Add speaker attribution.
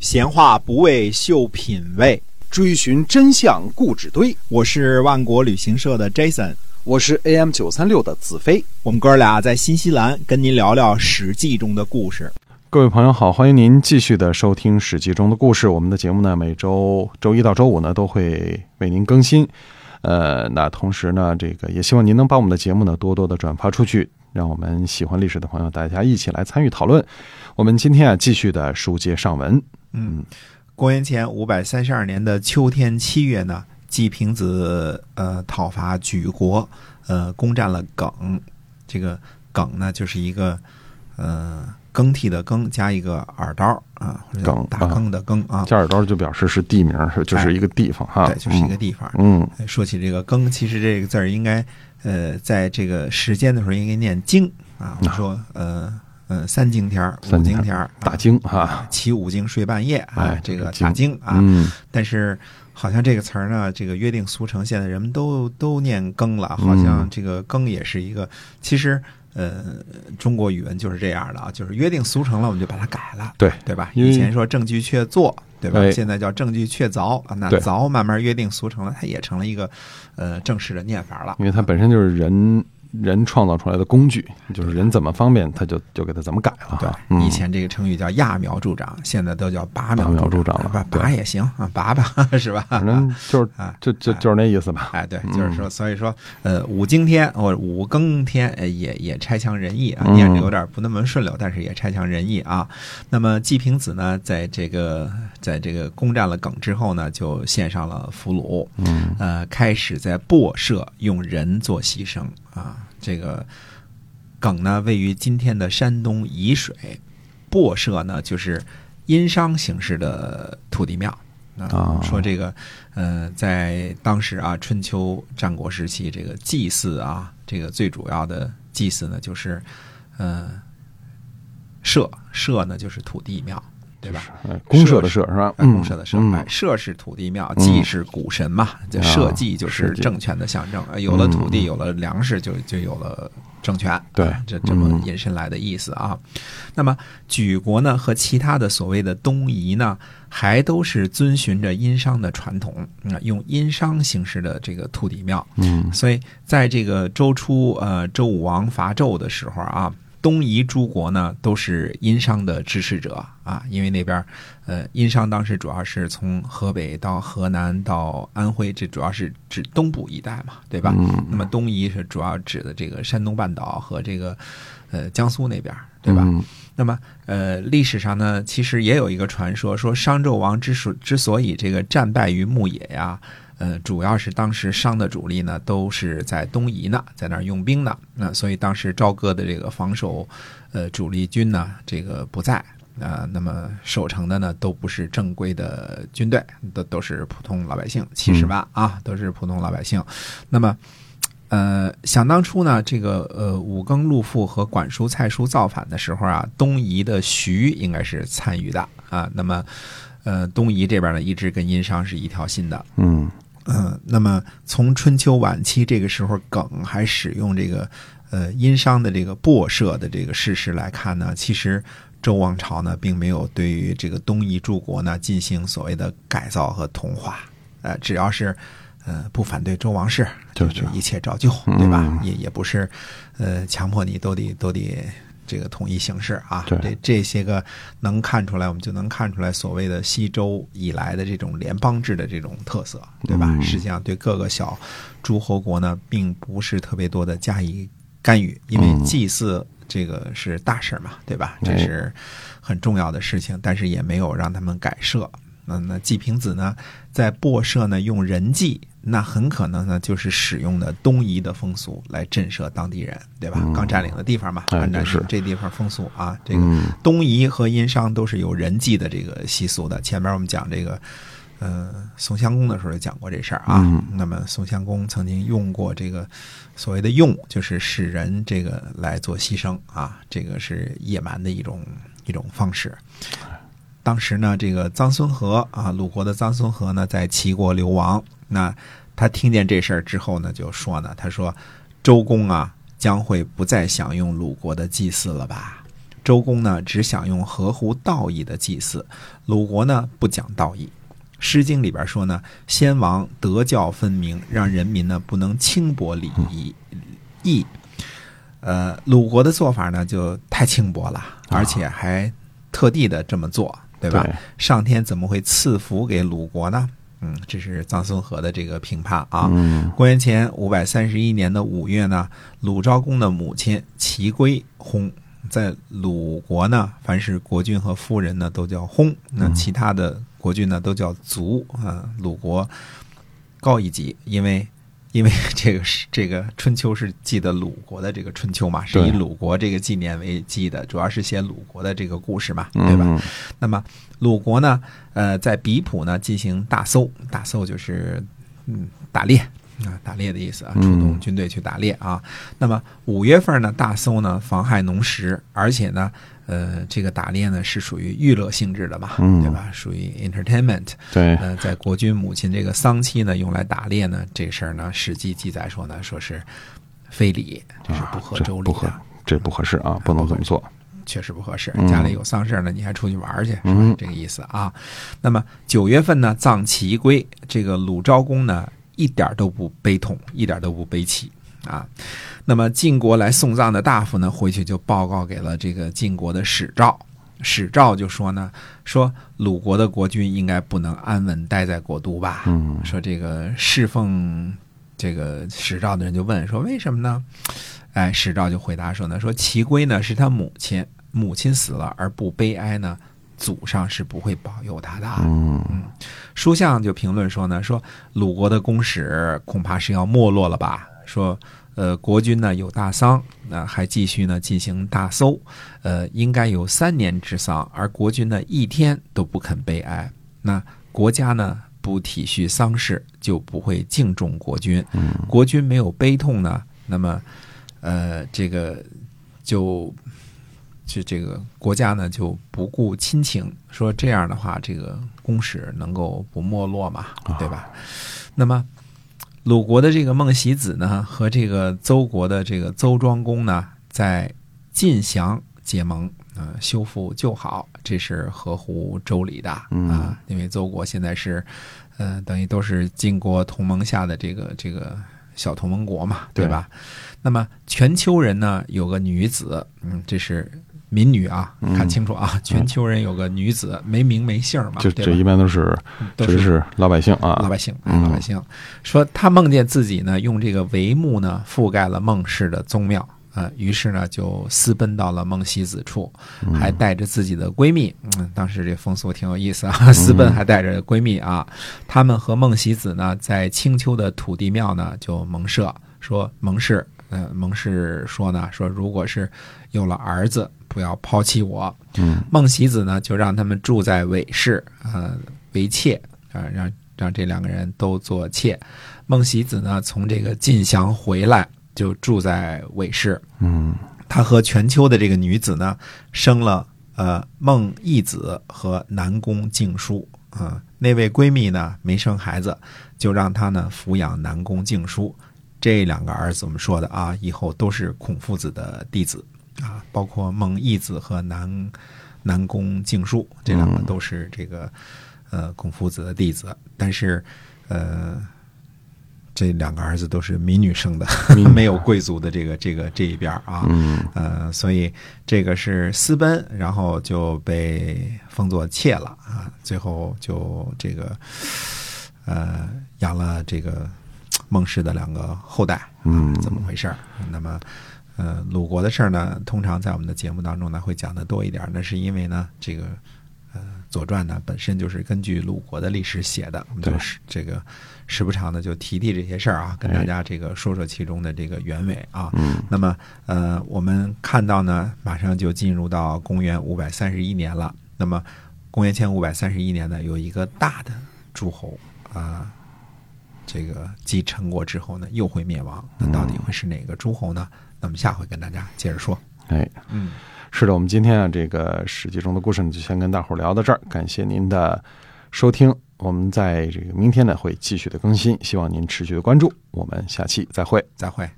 Speaker 1: 闲话不为秀品味，
Speaker 2: 追寻真相故纸堆。
Speaker 1: 我是万国旅行社的 Jason，
Speaker 2: 我是 AM 九三六的子飞。
Speaker 1: 我们哥俩在新西兰跟您聊聊《史记》中的故事。
Speaker 3: 各位朋友好，欢迎您继续的收听《史记》中的故事。我们的节目呢，每周周一到周五呢都会为您更新。呃，那同时呢，这个也希望您能把我们的节目呢多多的转发出去，让我们喜欢历史的朋友大家一起来参与讨论。我们今天啊，继续的书接上文。
Speaker 1: 嗯，公元前五百三十二年的秋天七月呢，季平子呃讨伐莒国，呃攻占了耿。这个耿呢，就是一个呃更替的更加一个耳刀啊，或者叫
Speaker 3: 耿
Speaker 1: 大更的更啊，
Speaker 3: 加尔刀就表示是地名，是就是一个地方
Speaker 2: 啊
Speaker 3: 哈，
Speaker 1: 对，就是一个地方。
Speaker 3: 嗯。嗯，
Speaker 1: 说起这个“更”，其实这个字儿应该，呃，在这个时间的时候应该念“经”啊。我们说，呃，呃，三更天儿、五
Speaker 3: 三更
Speaker 1: 更天儿、
Speaker 3: 大
Speaker 1: 啊、
Speaker 3: 经哈，
Speaker 1: 起五更睡半夜啊
Speaker 3: 哎，
Speaker 1: 这
Speaker 3: 这
Speaker 1: 个
Speaker 3: 个
Speaker 1: 大经啊。
Speaker 3: 嗯，
Speaker 1: 但是好像这个词儿呢，这个约定俗成，现在人们都都念“更”了，好像
Speaker 3: 嗯
Speaker 1: 这个“更”也是一个，其实。呃，中国语文就是这样的啊，就是约定俗成了，我们就把它改了，
Speaker 3: 对
Speaker 1: 对吧？
Speaker 3: 因为
Speaker 1: 以前说证据确凿，对吧？
Speaker 3: 哎
Speaker 1: 现在叫证据确凿，啊那
Speaker 3: 对
Speaker 1: 凿慢慢约定俗成了，它也成了一个呃正式的念法了。
Speaker 3: 因为它本身就是人人创造出来的工具，就是人怎么方便，他就就给他怎么改了
Speaker 1: 对
Speaker 3: 哈。，嗯
Speaker 1: 以前这个成语叫揠苗助长，现在都叫拔
Speaker 3: 拔苗
Speaker 1: 助
Speaker 3: 助长了
Speaker 1: 拔拔
Speaker 3: 对嗯
Speaker 1: 也行啊，拔拔 是吧？
Speaker 3: 反正就是
Speaker 1: 啊
Speaker 3: 就就就是那意思吧。
Speaker 1: 哎，对，就是说，所以说，呃，五更天或者五更天，呃，也也差强人意啊，
Speaker 3: 嗯
Speaker 1: 念着有点不那么顺溜，但是也差强人意啊。那么季平子呢，在这个在这个攻占了耿之后呢，就献上了俘虏，
Speaker 3: 嗯，
Speaker 1: 呃，开始在播社用人做牺牲啊。这个耿呢，位于今天的山东沂水，播社呢就是殷商形式的土地庙。啊
Speaker 3: 哦，
Speaker 1: 说这个，呃，在当时啊，春秋战国时期，这个祭祀啊，这个最主要的祭祀呢，就是，呃，社社呢就是土地庙，对吧？
Speaker 3: 哎公社的社是吧？
Speaker 1: 哎
Speaker 3: 嗯
Speaker 1: 公社的社，
Speaker 3: 嗯
Speaker 1: 哎，社是土地庙，
Speaker 3: 嗯
Speaker 1: 稷是股神嘛，这
Speaker 3: 啊
Speaker 1: 社稷就是是
Speaker 3: 稷
Speaker 1: 政权的象征。哎有了土地，有了粮食，就就有了政权。
Speaker 3: 对
Speaker 1: 啊这这么
Speaker 3: 嗯
Speaker 1: 引申来的意思啊。那么莒国呢和其他的所谓的东夷呢，还都是遵循着殷商的传统，嗯用殷商形式的这个土地庙。
Speaker 3: 嗯
Speaker 1: 所以在这个周初，呃，周武王伐纣的时候啊，东夷诸国呢都是殷商的支持者啊，因为那边，呃，殷商当时主要是从河北到河南到安徽，这主要是指东部一带嘛，对吧？那
Speaker 3: 嗯，
Speaker 1: 么东夷是主要指的这个山东半岛和这个，呃，江苏那边，对吧？
Speaker 3: 嗯
Speaker 1: 那么，呃，历史上呢，其实也有一个传说，说商纣王之所之所以这个战败于牧野呀，呃，主要是当时商的主力呢都是在东夷呢，在那儿用兵呢，那所以当时朝歌的这个防守，呃，主力军呢这个不在。啊、那么守城的呢，都不是正规的军队，都都是普通老百姓，七十万啊，都是普通老百姓。那么，呃，想当初呢，这个呃武庚、陆父和管叔、蔡叔造反的时候啊，东夷的徐应该是参与的啊。那么，呃，东夷这边呢，一直跟殷商是一条心的。
Speaker 3: 嗯
Speaker 1: 嗯、那么从春秋晚期这个时候，耿还使用这个呃殷商的这个播社的这个事实来看呢，其实周王朝呢，并没有对于这个东夷诸国呢进行所谓的改造和同化。呃，只要是呃不反对周王室，
Speaker 3: 就
Speaker 1: 这个
Speaker 3: 就
Speaker 1: 一切照旧，对吧？
Speaker 3: 嗯
Speaker 1: 也也不是，呃，强迫你都得都得这个统一形式啊。
Speaker 3: 对
Speaker 1: 这这些个能看出来，我们就能看出来所谓的西周以来的这种联邦制的这种特色，对吧？
Speaker 3: 嗯
Speaker 1: 实际上对各个小诸侯国呢，并不是特别多的加以干预，因为
Speaker 3: 嗯
Speaker 1: 祭祀这个是大事儿嘛，对吧？这
Speaker 3: 哎
Speaker 1: 是很重要的事情，但是也没有让他们改社。那那季平子呢，在播社呢用人祭，那很可能呢就是使用的东夷的风俗来震慑当地人，对吧？
Speaker 3: 嗯
Speaker 1: 刚占领的地方嘛，
Speaker 3: 哎
Speaker 1: 按照
Speaker 3: 就是
Speaker 1: 这地方风俗啊，这个
Speaker 3: 嗯
Speaker 1: 东夷和殷商都是有人祭的这个习俗的。前面我们讲这个，呃，宋襄公的时候就讲过这事儿啊。
Speaker 3: 嗯
Speaker 1: 那么宋襄公曾经用过这个所谓的“用”，就是使人这个来做牺牲啊，这个是野蛮的一种一种方式。当时呢，这个臧孙和啊，鲁国的臧孙和呢，在齐国流亡。那他听见这事儿之后呢，就说呢，他说：“周公啊，将会不再享用鲁国的祭祀了吧？”周公呢只享用合乎道义的祭祀，鲁国呢不讲道义。《诗经》里边说呢，先王德教分明，让人民呢不能轻薄礼仪
Speaker 3: 嗯
Speaker 1: 义。呃，鲁国的做法呢就太轻薄了，而且还特地的这么做，对吧？
Speaker 3: 啊对
Speaker 1: 上天怎么会赐福给鲁国呢？嗯，这是臧孙和的这个评判啊。
Speaker 3: 嗯，
Speaker 1: 公元前五百三十一年的五月呢，鲁昭公的母亲齐归薨。在鲁国呢，凡是国君和夫人呢都叫薨，
Speaker 3: 嗯
Speaker 1: 那其他的国君呢都叫族啊。鲁国高一级，因为因为这个是这个春秋是记得鲁国的这个春秋嘛，是以
Speaker 3: 对
Speaker 1: 鲁国这个纪年为记的，主要是写鲁国的这个故事嘛，
Speaker 3: 嗯
Speaker 1: 对吧？？那么鲁国呢，呃，在比普呢进行大搜，大搜就是嗯打猎啊，打猎的意思啊，
Speaker 3: 嗯
Speaker 1: 出动军队去打猎啊。那么五月份呢，大搜呢妨害农时，而且呢，呃，这个打猎呢是属于娱乐性质的嘛，
Speaker 3: 嗯
Speaker 1: 对吧？属于 entertainment。
Speaker 3: 对，
Speaker 1: 呃，在国君母亲这个丧期呢，用来打猎呢，这事儿呢，《史记》记载说呢，说是非礼，这是不合
Speaker 3: 啊这
Speaker 1: 周礼啊
Speaker 3: 不
Speaker 1: 的，
Speaker 3: 合，这不合适啊，不能这么做。
Speaker 1: 确哎实不合适
Speaker 3: 嗯。
Speaker 1: 家里有丧事儿呢，你还出去玩儿去，是吧？
Speaker 3: 嗯
Speaker 1: 这个意思啊。那么九月份呢，葬齐归，这个鲁昭公呢，一点儿都不悲痛，一点儿都不悲戚啊。那么晋国来送葬的大夫呢，回去就报告给了这个晋国的使赵。使赵就说呢，说鲁国的国君应该不能安稳待在国都吧？
Speaker 3: 嗯
Speaker 1: 说这个侍奉这个史照的人就问说为什么呢？哎，史照就回答说呢，说齐归呢是他母亲，母亲死了而不悲哀呢，祖上是不会保佑他的。啊
Speaker 3: 嗯，
Speaker 1: 书相就评论说呢，说鲁国的公使恐怕是要没落了吧？说，呃，国君呢有大丧，那、还继续呢进行大搜，呃，应该有三年之丧，而国君呢一天都不肯悲哀，那国家呢不体恤丧事，就不会敬重国君，
Speaker 3: 嗯
Speaker 1: 国君没有悲痛呢，那么，呃，这个就这这个国家呢就不顾亲情，说这样的话，这个公使能够不没落嘛，对吧？那么鲁国的这个孟喜子呢，和这个邹国的这个邹庄公呢，在晋祥结盟。啊、修复旧好，这是合乎周礼的啊、
Speaker 3: 嗯
Speaker 1: 因为邹国现在是，呃，等于都是晋国同盟下的这个这个小同盟国嘛，对
Speaker 3: 对
Speaker 1: 吧？那么全丘人呢有个女子，嗯，这是民女啊，
Speaker 3: 嗯
Speaker 1: 看清楚啊，全丘人有个女子，没名没姓嘛，
Speaker 3: 这
Speaker 1: 啊对
Speaker 3: 这一
Speaker 1: 吧？
Speaker 3: 般都是
Speaker 1: 都
Speaker 3: 只
Speaker 1: 是
Speaker 3: 是老百姓
Speaker 1: 老
Speaker 3: 啊，
Speaker 1: 百姓，
Speaker 3: 嗯
Speaker 1: 老百姓说他梦见自己呢用这个帷幕呢覆盖了孟氏的宗庙。啊，于是呢，就私奔到了孟西子处，
Speaker 3: 嗯
Speaker 1: 还带着自己的闺蜜。嗯，当时这风俗挺有意思
Speaker 3: 嗯
Speaker 1: 啊， 私奔还带着闺蜜啊。他们和孟喜子呢，在青丘的土地庙呢就蒙赦，说蒙氏，呃，蒙氏说呢，说如果是有了儿子，不要抛弃我。
Speaker 3: 嗯，
Speaker 1: 孟喜子呢就让他们住在韦氏，呃，为妾，啊、让让这两个人都做妾。孟喜子呢从这个晋祥回来，就住在韦氏。
Speaker 3: 嗯
Speaker 1: 他和全丘的这个女子呢，生了呃孟义子和南宫静姝啊、那位闺蜜呢没生孩子，就让她呢抚养南宫静姝这两个儿子。我们说的啊，以后都是孔夫子的弟子啊，包括孟义子和南南宫静姝这两个都是这个呃孔夫子的弟子，但是呃。这两个儿子都是民女啊生的，没有贵族的这个这个这一边儿啊。
Speaker 3: 嗯
Speaker 1: 呃，所以这个是私奔，然后就被封作妾了啊，最后就这个呃养了这个孟氏的两个后代，
Speaker 3: 嗯
Speaker 1: 啊怎么回事儿？那么。呃，鲁国的事儿呢，通常在我们的节目当中呢会讲的多一点儿。那是因为呢，这个呃，《左传呢》本身就是根据鲁国的历史写的，我们
Speaker 3: 对
Speaker 1: 就是这个时不常的就提提这些事儿啊，跟大家这个说说其中的这个原委啊。
Speaker 3: 哎嗯
Speaker 1: 那么呃，我们看到呢，马上就进入到公元五百三十一年了。那么公元前五百三十一年呢，有一个大的诸侯啊、这个继陈国之后呢，又会灭亡。那到底会是哪个诸侯呢？那么下回跟大家接着说。
Speaker 3: 哎。
Speaker 1: 嗯，
Speaker 3: 是的，我们今天啊，这个《史记》中的故事呢，就先跟大伙儿聊到这儿。感谢您的收听，我们在这个明天呢会继续的更新，希望您持续的关注。我们下期再会。
Speaker 1: 再会。